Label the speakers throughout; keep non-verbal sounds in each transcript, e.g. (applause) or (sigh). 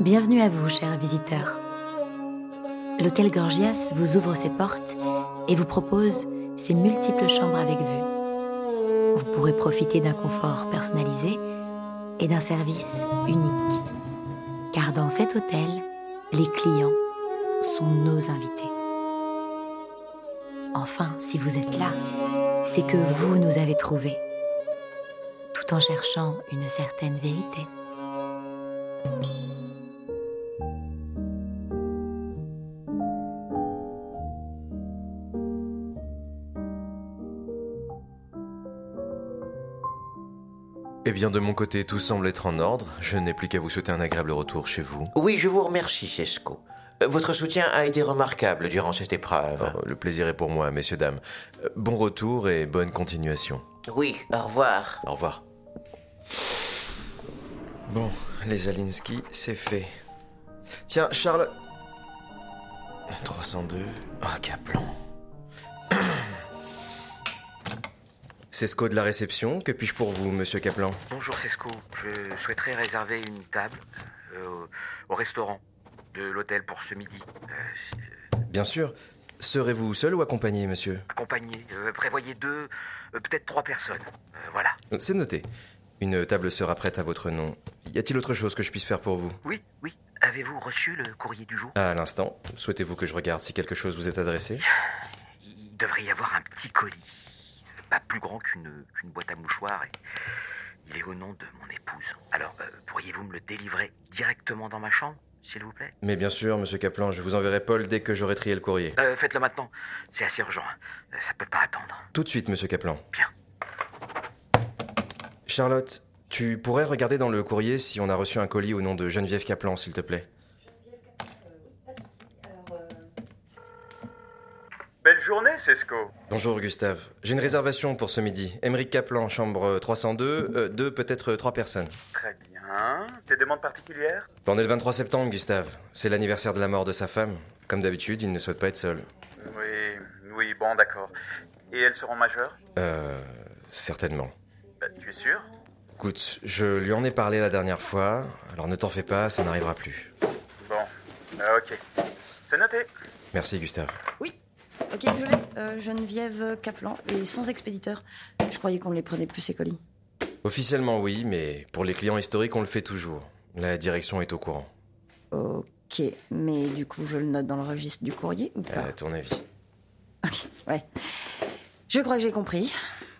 Speaker 1: Bienvenue à vous, chers visiteurs. L'hôtel Gorgias vous ouvre ses portes et vous propose ses multiples chambres avec vue. Vous pourrez profiter d'un confort personnalisé et d'un service unique. Car dans cet hôtel, les clients sont nos invités. Enfin, si vous êtes là, c'est que vous nous avez trouvés, tout en cherchant une certaine vérité.
Speaker 2: Eh bien, de mon côté, tout semble être en ordre. Je n'ai plus qu'à vous souhaiter un agréable retour chez vous.
Speaker 3: Oui, je vous remercie, Cesco. Euh, Votre soutien a été remarquable durant cette épreuve.
Speaker 2: Oh, le plaisir est pour moi, messieurs, dames. Euh, Bon retour et bonne continuation.
Speaker 3: Oui, au revoir.
Speaker 2: Au revoir. Bon, les Alinsky, c'est fait. Tiens, Charles. 302. Ah, (clears throat) Caplan. Cesco de la réception, que puis-je pour vous, monsieur Caplan
Speaker 4: Bonjour Cesco, je souhaiterais réserver une table euh, au restaurant de l'hôtel pour ce midi. Euh,
Speaker 2: Bien sûr. Serez-vous seul ou accompagné, monsieur
Speaker 4: accompagné, euh, prévoyez deux, euh, peut-être trois personnes. Euh, voilà.
Speaker 2: C'est noté. Une table sera prête à votre nom. Y a-t-il autre chose que je puisse faire pour vous
Speaker 4: Oui, oui. Avez-vous reçu le courrier du jour
Speaker 2: À l'instant, souhaitez-vous que je regarde si quelque chose vous est adressé
Speaker 4: Il devrait y avoir un petit colis, Euh, pas plus grand qu'une qu'une boîte à mouchoirs. Et... Il est au nom de mon épouse. Alors, euh, pourriez-vous me le délivrer directement dans ma chambre, s'il vous plaît
Speaker 2: Mais bien sûr, monsieur Kaplan, je vous enverrai Paul dès que j'aurai trié le courrier.
Speaker 4: Euh, Faites-le maintenant, c'est assez urgent. Euh, ça peut pas attendre.
Speaker 2: Tout de suite, monsieur Kaplan.
Speaker 4: Bien.
Speaker 2: Charlotte, tu pourrais regarder dans le courrier si on a reçu un colis au nom de Geneviève Kaplan, s'il te plaît.
Speaker 5: Belle journée, Cesco.
Speaker 2: Bonjour Gustave, j'ai une réservation pour ce midi. Émeric Kaplan, chambre 302, euh, deux, peut-être euh, trois personnes.
Speaker 5: Très bien. Des demandes particulières
Speaker 2: On est le 23 septembre, Gustave. C'est l'anniversaire de la mort de sa femme. Comme d'habitude, il ne souhaite pas être seul.
Speaker 5: Oui, oui, bon, d'accord. Et elles seront majeures
Speaker 2: Euh, certainement.
Speaker 5: Bah, Tu es sûr
Speaker 2: Écoute, je lui en ai parlé la dernière fois, alors ne t'en fais pas, ça n'arrivera plus.
Speaker 5: Bon, Ah, ok. C'est noté.
Speaker 2: Merci Gustave.
Speaker 6: Ok, je l'ai. Euh, Geneviève Caplan et sans expéditeur. Je croyais qu'on les prenait plus ces colis.
Speaker 2: Officiellement oui, mais pour les clients historiques, on le fait toujours. La direction est au courant.
Speaker 6: Ok, mais du coup, je le note dans le registre du courrier ou pas
Speaker 2: À ton avis.
Speaker 6: Ok, ouais. Je crois que j'ai compris.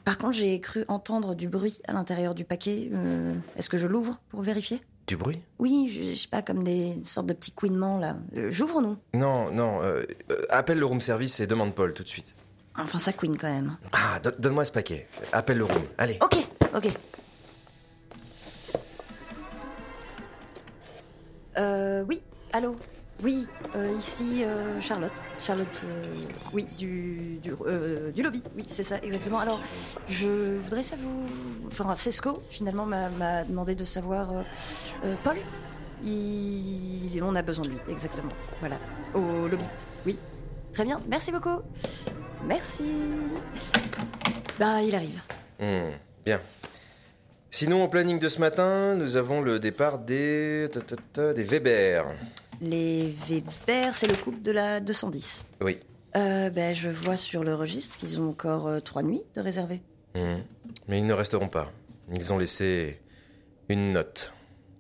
Speaker 6: Par contre, j'ai cru entendre du bruit à l'intérieur du paquet. Euh, Est-ce que je l'ouvre pour vérifier
Speaker 2: Du bruit
Speaker 6: Oui, je, je sais pas, comme des sortes de petits couinements là. Euh, J'ouvre ou non
Speaker 2: Non, non, euh, euh, appelle le room service et demande Paul tout de suite.
Speaker 6: Enfin, ça couine quand même.
Speaker 2: Ah, don- donne-moi ce paquet. Appelle le room. Allez.
Speaker 6: Ok, ok. Euh, oui, allô Oui, euh, ici euh, Charlotte. Charlotte, euh, oui, du, du, euh, du lobby. Oui, c'est ça, exactement. Alors, je voudrais savoir... Enfin, Cesco, finalement, m'a- m'a demandé de savoir... euh, euh, Paul il, On a besoin de lui, exactement. Voilà, au lobby. Oui, très bien. Merci beaucoup. Merci. Bah, il arrive.
Speaker 2: Hmm, bien. Sinon, au planning de ce matin, nous avons le départ des. ta, ta, ta, des Weber.
Speaker 6: Les Weber, c'est le couple de la 210.
Speaker 2: Oui.
Speaker 6: Euh, ben, je vois sur le registre qu'ils ont encore euh, trois nuits de réservées.
Speaker 2: Hmm. Mais ils ne resteront pas. Ils ont laissé une note.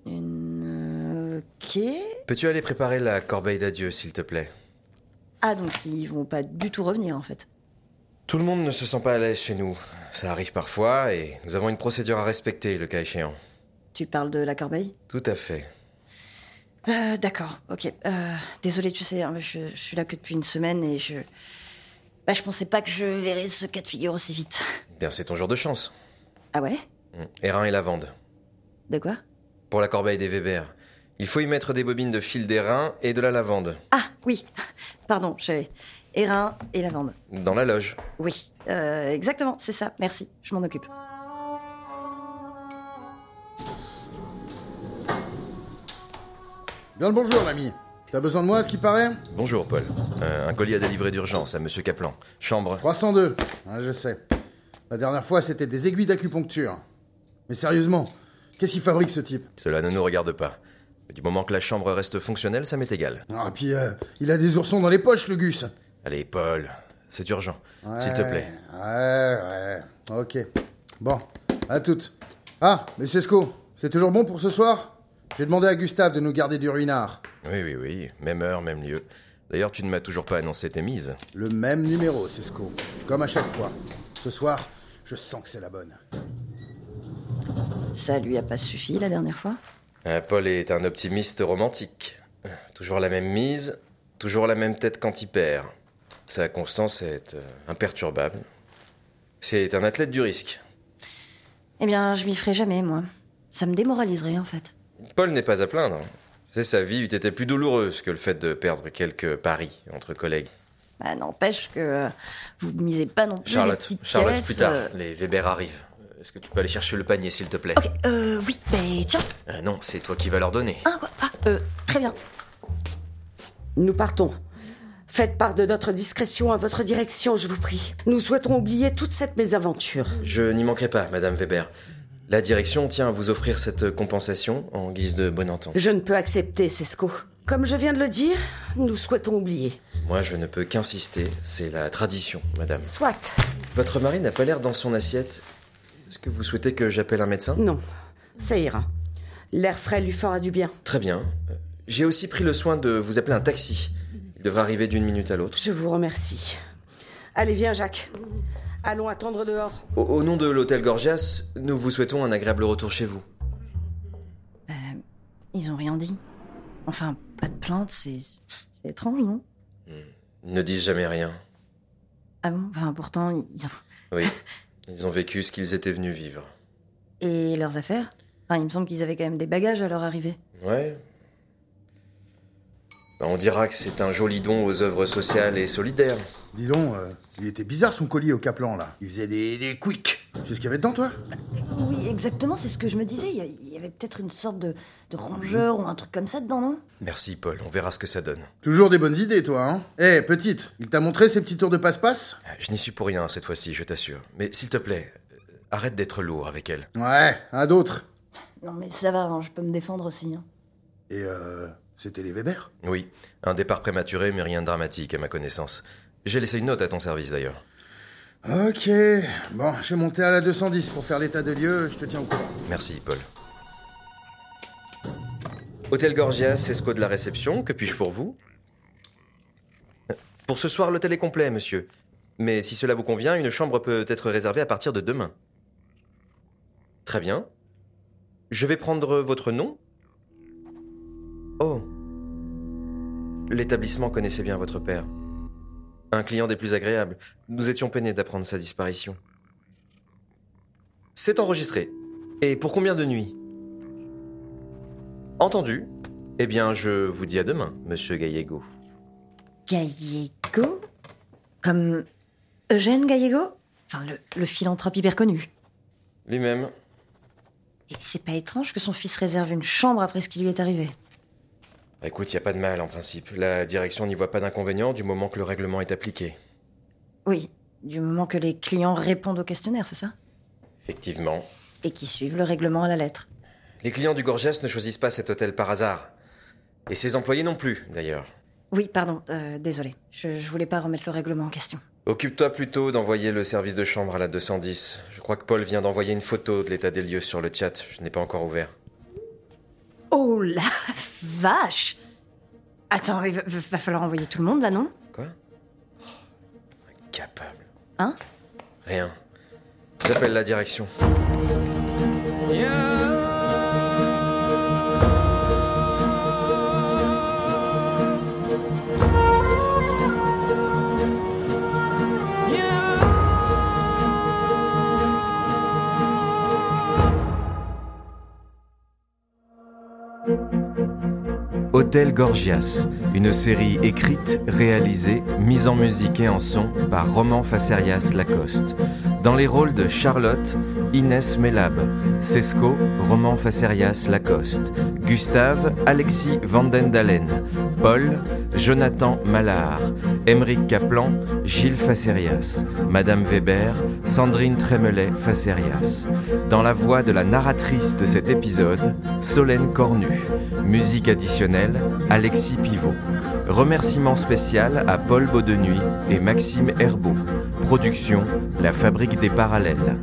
Speaker 6: Une... euh, Ok.
Speaker 2: Peux-tu aller préparer la corbeille d'adieu, s'il te plaît
Speaker 6: Ah, donc ils vont pas du tout revenir en fait.
Speaker 2: Tout le monde ne se sent pas à l'aise chez nous. Ça arrive parfois et nous avons une procédure à respecter, le cas échéant.
Speaker 6: Tu parles de la corbeille
Speaker 2: Tout à fait.
Speaker 6: Euh, D'accord, ok. Euh, Désolée, tu sais, hein, mais je, je suis là que depuis une semaine et je. Bah, je pensais pas que je verrais ce cas de figure aussi vite.
Speaker 2: Bien, c'est ton jour de chance.
Speaker 6: Ah ouais
Speaker 2: Hmm. Airain et lavande.
Speaker 6: De quoi
Speaker 2: Pour la corbeille des Weber, il faut y mettre des bobines de fil d'airain et de la lavande.
Speaker 6: Ah, oui Pardon, j'avais. Airain et lavande.
Speaker 2: Dans la loge.
Speaker 6: Oui, euh, exactement, c'est ça, merci, je m'en occupe.
Speaker 7: Bien le bonjour, l'ami. T'as besoin de moi, à ce qui paraît
Speaker 2: Bonjour, Paul. Euh, un colis à délivrer d'urgence à Monsieur Kaplan. Chambre.
Speaker 7: 302. Ouais, Ah, je sais. La dernière fois, c'était des aiguilles d'acupuncture. Mais sérieusement, qu'est-ce qu'il fabrique ce type
Speaker 2: Cela ne nous regarde pas. Du moment que la chambre reste fonctionnelle, ça m'est égal.
Speaker 7: Ah, et puis, euh, il a des oursons dans les poches, le Gus.
Speaker 2: Allez, Paul, c'est urgent.
Speaker 7: Ouais,
Speaker 2: S'il te plaît.
Speaker 7: Ouais, ouais. Ok. Bon, à toutes. Ah, mais Cesco, c'est toujours bon pour ce soir J'ai demandé à Gustave de nous garder du ruinard.
Speaker 2: Oui, oui, oui. Même heure, même lieu. D'ailleurs, tu ne m'as toujours pas annoncé tes mises.
Speaker 7: Le même numéro, Cesco. Comme à chaque fois. Ce soir, je sens que c'est la bonne.
Speaker 6: Ça lui a pas suffi la dernière fois
Speaker 2: Euh, Paul est un optimiste romantique. Euh, Toujours la même mise, toujours la même tête quand il perd. Sa constance est euh, imperturbable. C'est un athlète du risque.
Speaker 6: Eh bien, je m'y ferai jamais, moi. Ça me démoraliserait, en fait.
Speaker 2: Paul n'est pas à plaindre. hein. C'est sa vie eût été plus douloureuse que le fait de perdre quelques paris entre collègues.
Speaker 6: Bah, n'empêche que euh, vous misez pas non plus les
Speaker 2: Charlotte,
Speaker 6: petites
Speaker 2: Charlotte,
Speaker 6: pièces,
Speaker 2: plus tard.
Speaker 6: euh,
Speaker 2: Les Weber arrivent. Euh, Est-ce que tu peux aller chercher le panier, s'il te plaît
Speaker 6: Ok, euh, oui, ben tiens,
Speaker 2: Euh, Non, c'est toi qui vas leur donner.
Speaker 6: un quoi Ah, euh, très bien.
Speaker 8: Nous partons. Faites part de notre discrétion à votre direction, je vous prie. Nous souhaiterons oublier toute cette mésaventure.
Speaker 2: Je n'y manquerai pas, Madame Weber. La direction tient à vous offrir cette compensation en guise de bonne entente.
Speaker 8: Je ne peux accepter, Cesco. Comme je viens de le dire, nous souhaitons oublier.
Speaker 2: Moi, je ne peux qu'insister, c'est la tradition, madame.
Speaker 8: Soit.
Speaker 2: Votre mari n'a pas l'air dans son assiette. Est-ce que vous souhaitez que j'appelle un médecin
Speaker 8: Non, ça ira. L'air frais lui fera du bien.
Speaker 2: Très bien. Euh, J'ai aussi pris le soin de vous appeler un taxi. Il devra arriver d'une minute à l'autre.
Speaker 8: Je vous remercie. Allez, viens, Jacques. Allons attendre dehors.
Speaker 2: Au, au nom de l'hôtel Gorgias, nous vous souhaitons un agréable retour chez vous.
Speaker 6: Ils ont rien dit. Enfin, pas de plainte, c'est c'est étrange, non
Speaker 2: Ils ne disent jamais rien.
Speaker 6: Ah bon Enfin, pourtant, ils ont...
Speaker 2: Oui, ils ont vécu ce qu'ils étaient venus vivre.
Speaker 6: Et leurs affaires Enfin, il me semble qu'ils avaient quand même des bagages à leur arrivée.
Speaker 2: Ouais. Ben, on dira que c'est un joli don aux œuvres sociales et solidaires.
Speaker 7: Dis donc, euh, il était bizarre son collier au caplan, là. Il faisait des, des quicks. Tu sais ce qu'il y avait dedans, toi
Speaker 6: Oui, exactement, c'est ce que je me disais. Il y a- il y avait peut-être une sorte de, de rongeur ou un truc comme ça dedans, non
Speaker 2: Merci, Paul, on verra ce que ça donne.
Speaker 7: Toujours des bonnes idées, toi, hein Eh, petite, il t'a montré ces petits tours de passe-passe
Speaker 2: Je n'y suis pour rien cette fois-ci, je t'assure. Mais s'il te plaît, euh, arrête d'être lourd avec elle.
Speaker 7: Ouais, un d'autre.
Speaker 6: Non, mais ça va, hein, je peux me défendre aussi. hein.
Speaker 7: Et euh, c'était les Weber
Speaker 2: Oui, un départ prématuré, mais rien de dramatique à ma connaissance. J'ai laissé une note à ton service d'ailleurs.
Speaker 7: Ok, bon, je vais monter à la 210 pour faire l'état des lieux, je te tiens au courant.
Speaker 2: Merci, Paul. Hôtel Gorgias, Esco de la réception, que puis-je pour vous Euh, Pour ce soir, l'hôtel est complet, monsieur. Mais si cela vous convient, une chambre peut être réservée à partir de demain. Très bien. Je vais prendre votre nom. Oh. L'établissement connaissait bien votre père. Un client des plus agréables. Nous étions peinés d'apprendre sa disparition. C'est enregistré. Et pour combien de nuits Entendu. Eh bien, je vous dis à demain, monsieur Gallego.
Speaker 6: Gallego Comme Eugène Gallego Enfin, le, le philanthrope hyper connu.
Speaker 2: Lui-même.
Speaker 6: Et c'est pas étrange que son fils réserve une chambre après ce qui lui est arrivé.
Speaker 2: Écoute, il a pas de mal en principe. La direction n'y voit pas d'inconvénient du moment que le règlement est appliqué.
Speaker 6: Oui, du moment que les clients répondent au questionnaire, c'est ça
Speaker 2: Effectivement.
Speaker 6: Et qui suivent le règlement à la lettre.
Speaker 2: Les clients du Gorgias ne choisissent pas cet hôtel par hasard. Et ses employés non plus, d'ailleurs.
Speaker 6: Oui, pardon, euh, désolé. Je, je voulais pas remettre le règlement en question.
Speaker 2: Occupe-toi plutôt d'envoyer le service de chambre à la 210. Je crois que Paul vient d'envoyer une photo de l'état des lieux sur le chat. Je n'ai pas encore ouvert.
Speaker 6: Oh la (laughs) vache Attends, il va, va- va falloir envoyer tout le monde là, non
Speaker 2: Quoi Oh, Incapable.
Speaker 6: Hein
Speaker 2: Rien. J'appelle la direction. Hôtel Gorgias, une série écrite, réalisée, mise en musique et en son par Roman Facerias Lacoste. Dans les rôles de Charlotte, Inès Mellab, Cesco, Roman Facerias Lacoste, Gustave, Alexis Vandendalen, Paul, Jonathan Mallard, Émeric Kaplan, Gilles Facerias, Madame Weber, Sandrine Trémelet Facerias. Dans la voix de la narratrice de cet épisode, Solène Cornu. Musique additionnelle, Alexis Pivot. Remerciements spécial à Paul Baudenuy et Maxime Herbeau. Production La Fabrique des Parallèles.